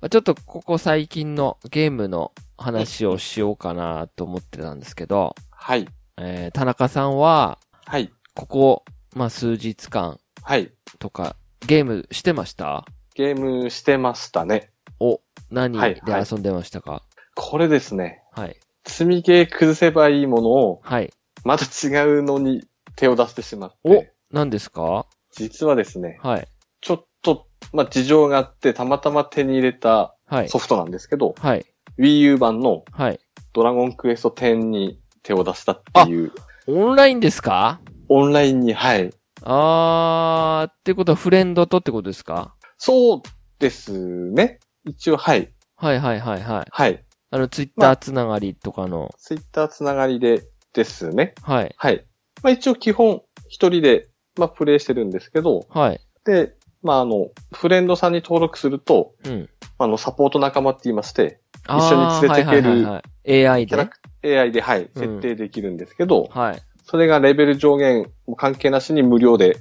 まあ、ちょっとここ最近のゲームの話をしようかなと思ってたんですけど、はい。えー、田中さんは、はい。ここ、まあ、数日間はい。とか、ゲームしてましたゲームしてましたね。お、何はいで遊んでましたかこれですね。はい。積みゲー崩せばいいものを、はい。また違うのに手を出してしまっおて、何ですか実はですね、はい。ちょっと、まあ、事情があって、たまたま手に入れたはい。ソフトなんですけど、はい。 Wii U 版のはい。ドラゴンクエスト10に手を出したっていう、オンラインですかオンラインに、はい。あー、ってことはフレンドとってことですかそうですね。一応、はい。はいはいはいはい。はい。あの、ツイッまターあつながりとかの、ツイッターつながりでですね。はい。はい。まあ、一応基本、一人で、まあ、プレイしてるんですけど、はい。で、まあ、あの、フレンドさんに登録すると、うん。あの、サポート仲間って言いまして、あー一緒に連れてけるはいはいはいはい AI キで。ャラク AI で、はい、うん設定できるんですけど、はい。それがレベル上限も関係なしに無料で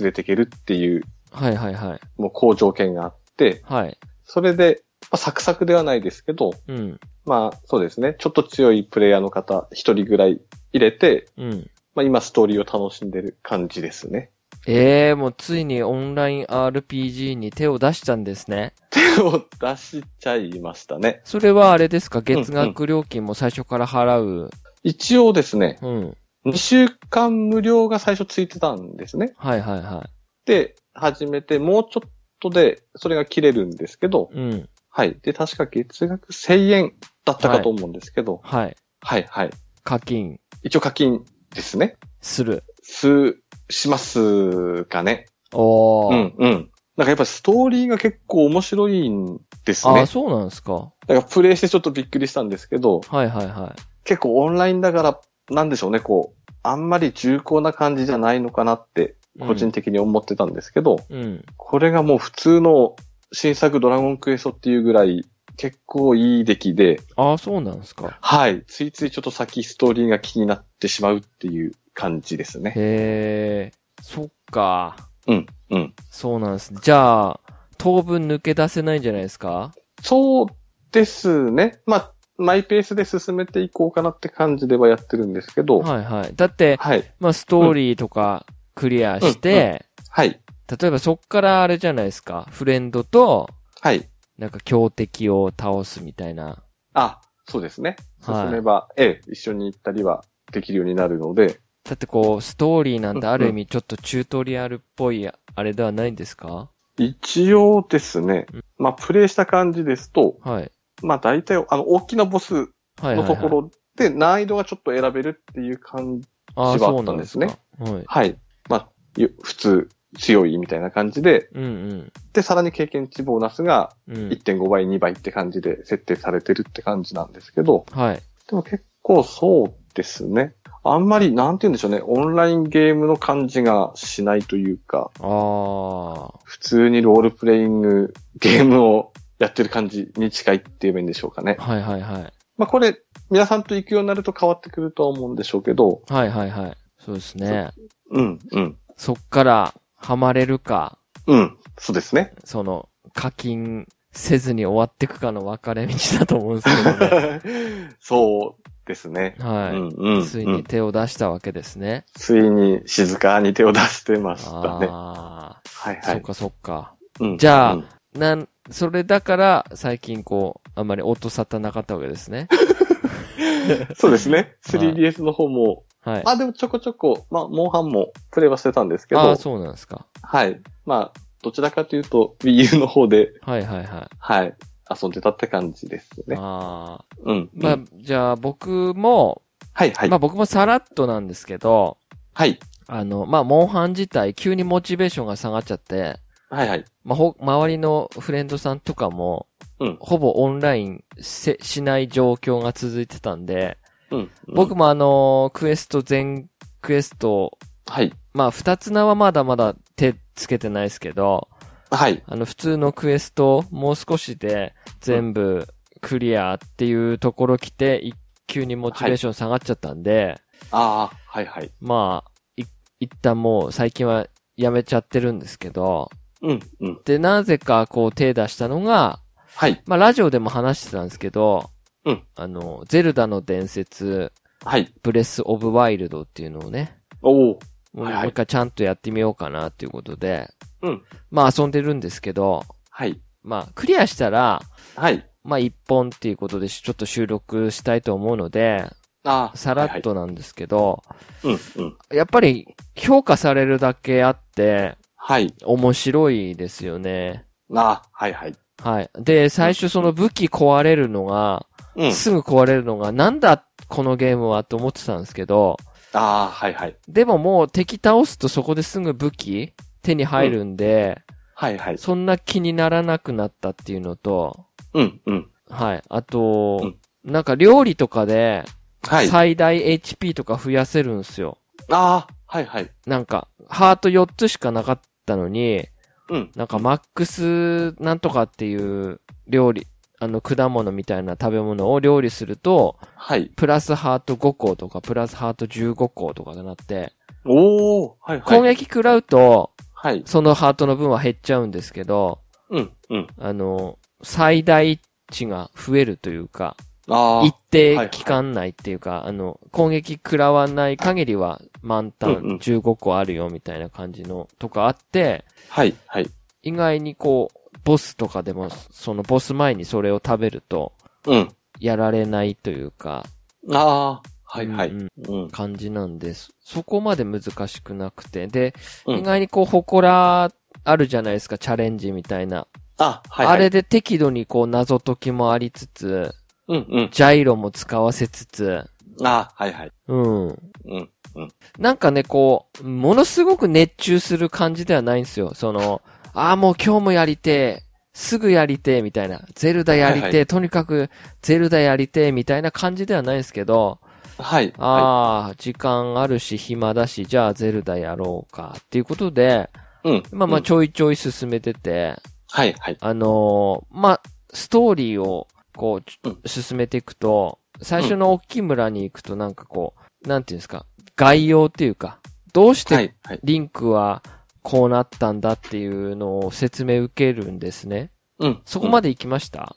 連れていけるっていう、はいはいはい。もう好条件があって、はい。それで、まあ、サクサクではないですけど、うん。まあ、そうですね、ちょっと強いプレイヤーの方、一人ぐらい入れて、うん。まあ、今ストーリーを楽しんでる感じですね。 ええー、もうついにオンライン RPG に手を出したんですね。手を出しちゃいましたね。それはあれですか月額料金も最初から払う。一応ですね、うん。 2週間無料が最初ついてたんですね。はいはいはで、始めて、もうちょっとで、それが切れるんですけど、い。うん。はい。で、確か月額1000円だったかと思うんですけど、はい。はい、はい、課金一応課金ですね。する。す、しますかね。おうー。ん、うん。なんかやっぱストーリーが結構面白いんですあねあ、。そうなんですか。だからプレイしてちょっとびっくりしたんですけど、はいはいは結構オンラインだから、なんでしょうね、こう、あんまり重厚な感じじゃないのかなって、い。個人的に思ってたんですけど、うん。これがもう普通の新作ドラゴンクエストっていうぐらい結構いい出来で、ああ、そうなんですか。はい、ついついちょっと先ストーリーが気になってしまうっていう感じですね。へえ、そっか。うん、うん。そうなんですね。じゃあ、当分抜け出せないんじゃないですかそうですね。まあ、マイペースで進めていこうかなって感じではやってるんですけど、はい、はいはい。だって、はい、まあ、ストーリーとかクリアして、はい、例えばそっからあれじゃないですか。フレンドと、はい。なんか強敵を倒すみたいな。あ、そうですね。はい進めば、ええ、一緒に行ったりはできるようになるので、だってこう、ストーリーなんうんてうんある意味ちょっとチュートリアルっぽいあれではないんですか一応ですね、まあ、プレイした感じですと、はい。まあ、大体、あの、大きなボスはいはい、はのい。ところで難易度がちょっと選べるっていう感じ、ああ、縛そうっなたんんでですすねね。はい。はい。まあ、ゆ普通強いみたいな感じで、うんうん。で、さらに経験値ボーナスがうん。 1.5倍、2倍って感じで設定されてるって感じなんですけど、はい。でも結構そうですね。あんまり、なんて言うんでしょうね、オンラインゲームの感じがしないというか、ああ。普通にロールプレイングゲームをやってる感じに近いって言えばいいんでしょうかね。はいはいはい。まあこれ、皆さんと行くようになると変わってくるとは思うんでしょうけど、はいはいはい。そうですね。うん、うん、そっから、ハマれるか、うん、そうですね。その、課金せずに終わってくかの分かれ道だと思うんですけどね。そうですね。うはん、うん、うい。ん。ついに手を出したわけですね。ついに静かに手を出してましたね。ああ、はいはそっい。かそっか。うんじゃあうんなん、それだから、最近こう、あんまり音沙汰なかったわけですね。そうですね。はい 3DS の方も、はい。あ、でもちょこちょこ、まあ、モンハンもプレイはしてたんですけああ、ど、そうなんですか。はい。まあ、どちらかというと、Wii U の方で、はいはいはい。はい、遊んでたって感じですね。ああ。うん。まあうん、じゃあ僕も、はい、はい、まあ僕もさらっとなんですけど、はい、あの、まあ、モンハン自体、急にモチベーションが下がっちゃって、はい、はい。まあ、ほ、周りのフレンドさんとかも、うんほぼオンラインせ、しない状況が続いてたんで、うん。僕もあのークエスト全、クエスト、はい、まあ、二つ名はまだまだ手つけてないですけど、はい、あの、普通のクエスト、もう少しで全部クリアっていうところ来て、一急にモチベーション下がっちゃったんで、ああ、はい、はい。まあ、い、一旦もう最近はやめちゃってるんですけど、うん、うん。で、なぜかこう手出したのが、はい。まあ、ラジオでも話してたんですけど、うんあの、ゼルダの伝説、はい。ブレス・オブ・ワイルドっていうのをね、おお。もうはいはいもう一回ちゃんとやってみようかなっていうことで、うんまあ遊んでるんですけど、はい。まあクリアしたら、はい。まあ一本っていうことでしちょっと収録したいと思うので、ああ。さらっとなんですけど、はいはい。うん、うん。やっぱり評価されるだけあってはい。面白いですよね。なあ。はい、はい。はい。で、最初その武器壊れるのが、うん。すぐ壊れるのが、なんだこのゲームはと思ってたんですけど、ああ、はい、はい。でももう敵倒すとそこですぐ武器手に入るんで、はい、はい。そんな気にならなくなったっていうのと、うん、うん。はい。あと、うんなんか料理とかで、はい。あ最大 HP とか増やせるんですよ。あ。はい、はい。なんか、ハート4つしかなかったのに、うん。なんかマックスなんとかっていう料理、あの果物みたいな食べ物を料理すると、はい。プラスハート5個とか、プラスハート15個とかになって、おお。はい、はい。攻撃食らうと、はい。そのハートの分は減っちゃうんですけど、うん、うん。あの、最大値が増えるというか、あ一あ。定期間内っていうか、あの、攻撃食らわない限りは満タンうんうん15個あるよみたいな感じのとかあって、はい、はい。意外にこう、ボスとかでも、そのボス前にそれを食べると、うん。やられないというか、ああ。はい、はい。ううんん。感じなんです。そこまで難しくなくて。で、うん意外にこう、祠あるじゃないですか、チャレンジみたいな。あ、はい、はい。あれで適度にこう、謎解きもありつつ、うん、うジャイロも使わせつつ、ん。ああ、はい、はい。うん。うん。なんかね、こう、ものすごく熱中する感じではないんですよ。その、ああ、もう今日もやりてえ、すぐやりてえ、みたいな。ゼルダやりてえ、はいはとにかくゼルダやりてえ、みたいな感じではないんですけど、はい。はああ、時間あるし暇だし、じゃあゼルダやろうか、っていうことで、い。うん。まあまあうんちょいちょい進めてて、はい、はい。あのーまあ、ストーリーを、こうちうょん、進めていくと、最初の大きい村に行くとなんかこう、なんていうんですか、概要っていうか、どうしはてい、はい。リンクはこうなったんだっていうのを説明受けるんですね。うん。そこまで。で行きました、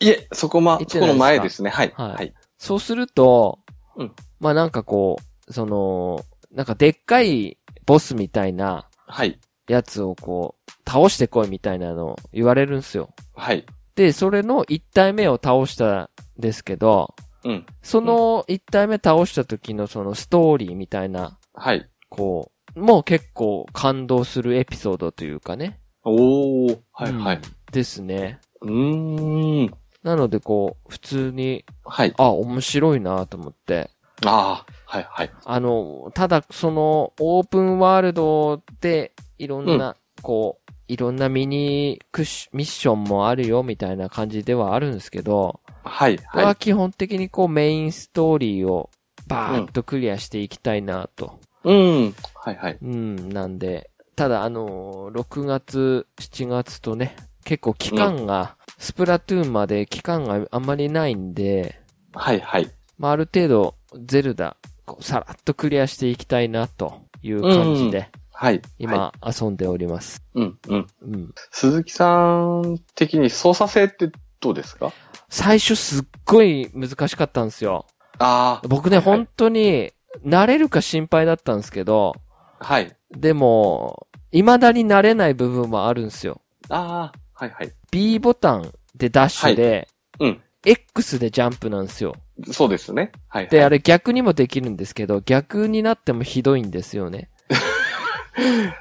いえ、そこま行っ、てなそこいですかの前ですね。はい。はいはい。そうすると、うんまあなんかこう、その、なんかでっかいボスみたいなはい。やつをこう、倒してこいみたいなのを言われるんですよ。はい。で、それの1体目を倒したんですけど、うん。その1体目倒した時のそのストーリーみたいな、はい。こう、もう結構感動するエピソードというかね。おー。はい、はい。ですね。うーん。なのでこう、普通に、はい。あ、面白いなと思って。ああ。はい、はい。あの、ただその、オープンワールドで、いろんな、こう、いろんなミニクッシミッションもあるよみたいな感じではあるんですけど、はい、僕ははい。基本的にこうメインストーリーをバーッとクリアしていきたいなと。うん。はい、はい。うん、なんで、ただあのー、6月、7月とね、結構期間が、スプラトゥーンまで期間があんまりないんで、はい、はい。まあ、ある程度、ゼルダ、こうさらっとクリアしていきたいな、という感じで、はい。は今、遊んでおります。い。うん、うん。うん。鈴木さん的に操作性ってどうですか最初すっごい難しかったんですよ。ああ。僕ね、はいはい本当に、慣れるか心配だったんですけど、はい。でも、未だに慣れない部分もあるんですよ。ああ。はい、はい。 B ボタンでダッシュで、うん。 X でジャンプなんですよ。そうですね。はい、はい。で、あれ逆にもできるんですけど、逆になってもひどいんですよね。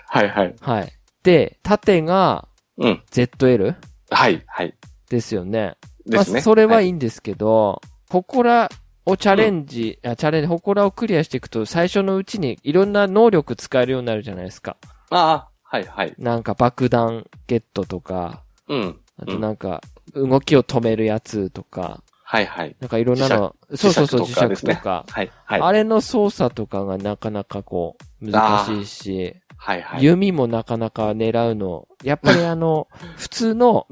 はい、はい。はい。で、縦がうん。 ZL はい、はい。ですよね。ですまあ、ね。それはいい。いんですけど、ホコラをチャレンジ、あチャレンジ、ホコラをクリアしていくと、最初のうちにいろんな能力使えるようになるじゃないですか。ああ。はい、はい。なんか爆弾ゲットとか、うん。あとなんか、動きを止めるやつとか、はい、はい。なんかいろんなの、そうそうそう、磁磁石とかで石すねとか、はい、はい。あれの操作とかがなかなかこう、難しいし、はい、はい。弓もなかなか狙うの。やっぱりあ の、普通の、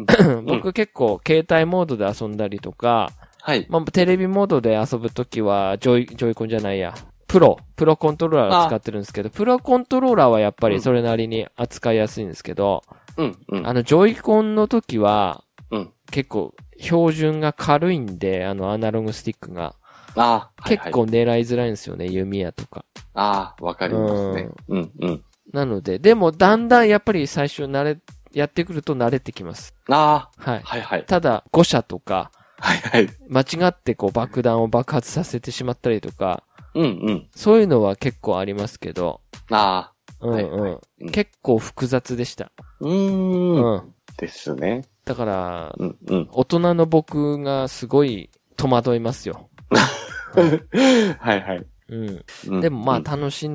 僕結構携帯モードで遊んだりとか、はい。まあ、テレビモードで遊ぶときは、ジョイ、ジョイコンじゃないや。プロ、プロコントローラーを使ってるんですけど、プロコントローラーはやっぱりそれなりに扱いやすいんですけど、うん、うん。あの、ジョイコンの時は、うん結構標準が軽いんで、あのアナログスティックが。ああ、はいは結い構。狙いづらいんですよね、弓矢とか。ああ、わかりますね。うん、うん。なので、でもだんだんやっぱり最初慣れ、やってくると慣れてきます。あはあ、い。はいはい。ただ、誤射とか、はいはい。間違ってこう爆弾を爆発させてしまったりとか、うん、うん。そういうのは結構ありますけど、ああ、うんうん。はいはうん結構複雑でした。ううーん。ん。ですね。だから、うん、うん。大人の僕がすごい戸惑いますよ。はいはい。うん。うんでもまうあん楽し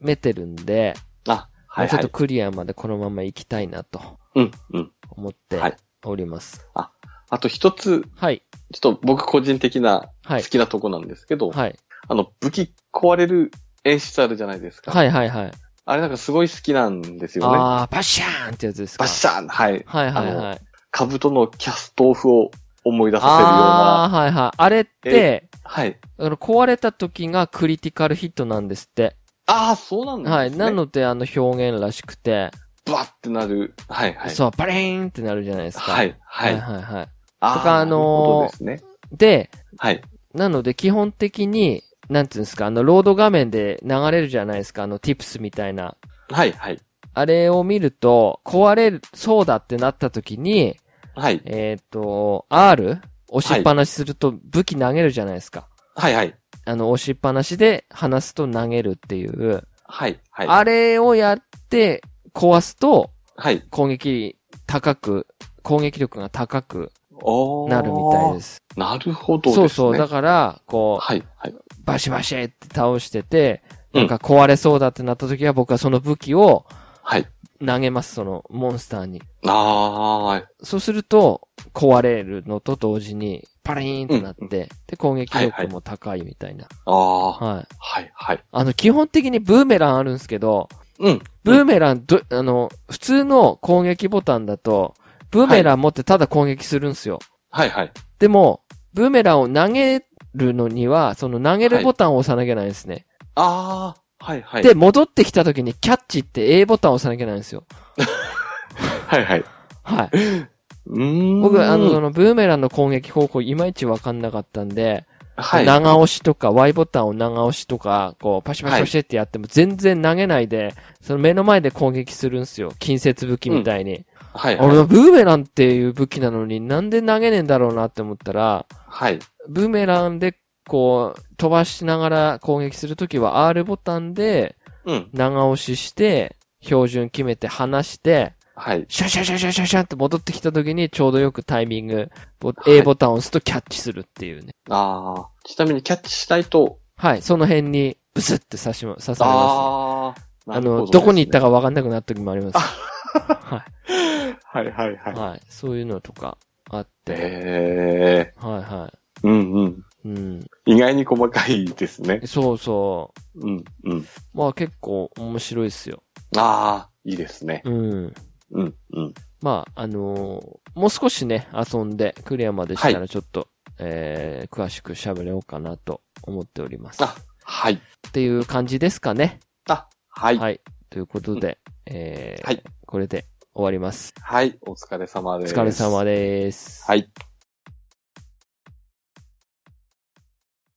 めてるんで、あ、はいもうはちょっとい。クリアまでこのまま行きたいなとうん、うん。思ってはいおります。あと一つ、はい。ちょっと僕個人的なは好い。きなとこなんですけど、はい。あの、武器壊れる演出あるじゃないですか。はいはいはい。あれなんかすごい好きなんですよね。ああ、バシャーンってやつですか。バッシャーンはい。はいはいはい。兜のキャストオフを思い出させるよあうな。あ、はいはい。あれって、はい。あの壊れた時がクリティカルヒットなんですって。ああ、そうなんですね。はい。なので、あの表現らしくて、バッってなる。はいはい。そう、バリーンってなるじゃないですか。はい、ははいい。はいはい。あとかあーなるのほどーですね。で、はい。なので基本的に、なんていうんですか、あの、ロード画面で流れるじゃないですか、あの、tips みたいな。はい、はい。あれを見ると、壊れる、そうだってなった時に、はい。えっ、と、R? 押しっぱなしすると武器投げるじゃないですか。はい、はい。あの、押しっぱなしで離すと投げるっていう。はい、はい。あれをやって壊すとはい。攻撃高く、攻撃力が高くおーなるみたいです。なるほどですね。そうそう。だから、こう、はい、はい。バシバシって倒してて、うんなんか壊れそうだってなった時は僕はその武器をはい。投げます、そのモンスターに。あーそうすると、壊れるのと同時に、パリーンってなって、で、攻撃力も高いみたいな。あー、はい。はい、はい。あの、基本的にブーメランあるんですけど、うん。ブーメラン、ど、あの、普通の攻撃ボタンだと、ブーメラン持ってただ攻撃するんですよ。はい、はい。でも、ブーメランを投げるのには、その投げるボタンを押さなきゃいけないんですね。あー、はい、はい。で、戻ってきた時にキャッチって A ボタンを押さなきゃいけないんですよ。はい、はい。はい。うーん。僕、あの、そ、のブーメランの攻撃方法いまいちわかんなかったんで、はい。長押しとか Y ボタンを長押しとか、こう、パシパシパシってやっても全然投げないで、その目の前で攻撃するんですよ。近接武器みたいに。はい、俺はい。はブーメランっていう武器なのになんで投げねえんだろうなって思ったら、はい。ブーメランでこう飛ばしながら攻撃するときは R ボタンでうん。長押しして、標準決めて離して、はい。シャシャシャシャシャシャって戻ってきたときにちょうどよくタイミング、ボはい A ボタンを押すとキャッチするっていうね。あー。ちなみにキャッチしたいと、はい、その辺にブスって刺しま、刺されます。あー。あの、どこに行ったか。かわかんなくなった時もあります。は はい、はい、はいい、。はい、そういうのとかあって、えはいはー。うん、うん。い。うん。意外に細かいですね。そうそう。うん、うん。まあ結構面白いですよ。あー、いいですね。うん。うん、うん。まあ、あのーもう少しね、遊んで、クリアまでしたはらちょっと、えー、詳しく喋れようかなと思っております。あ、はい。っていう感じですかね。あ、はい。はい。ということで、えー、はいこれで終わります。はい、お疲れ様おです。疲れ様です。はい。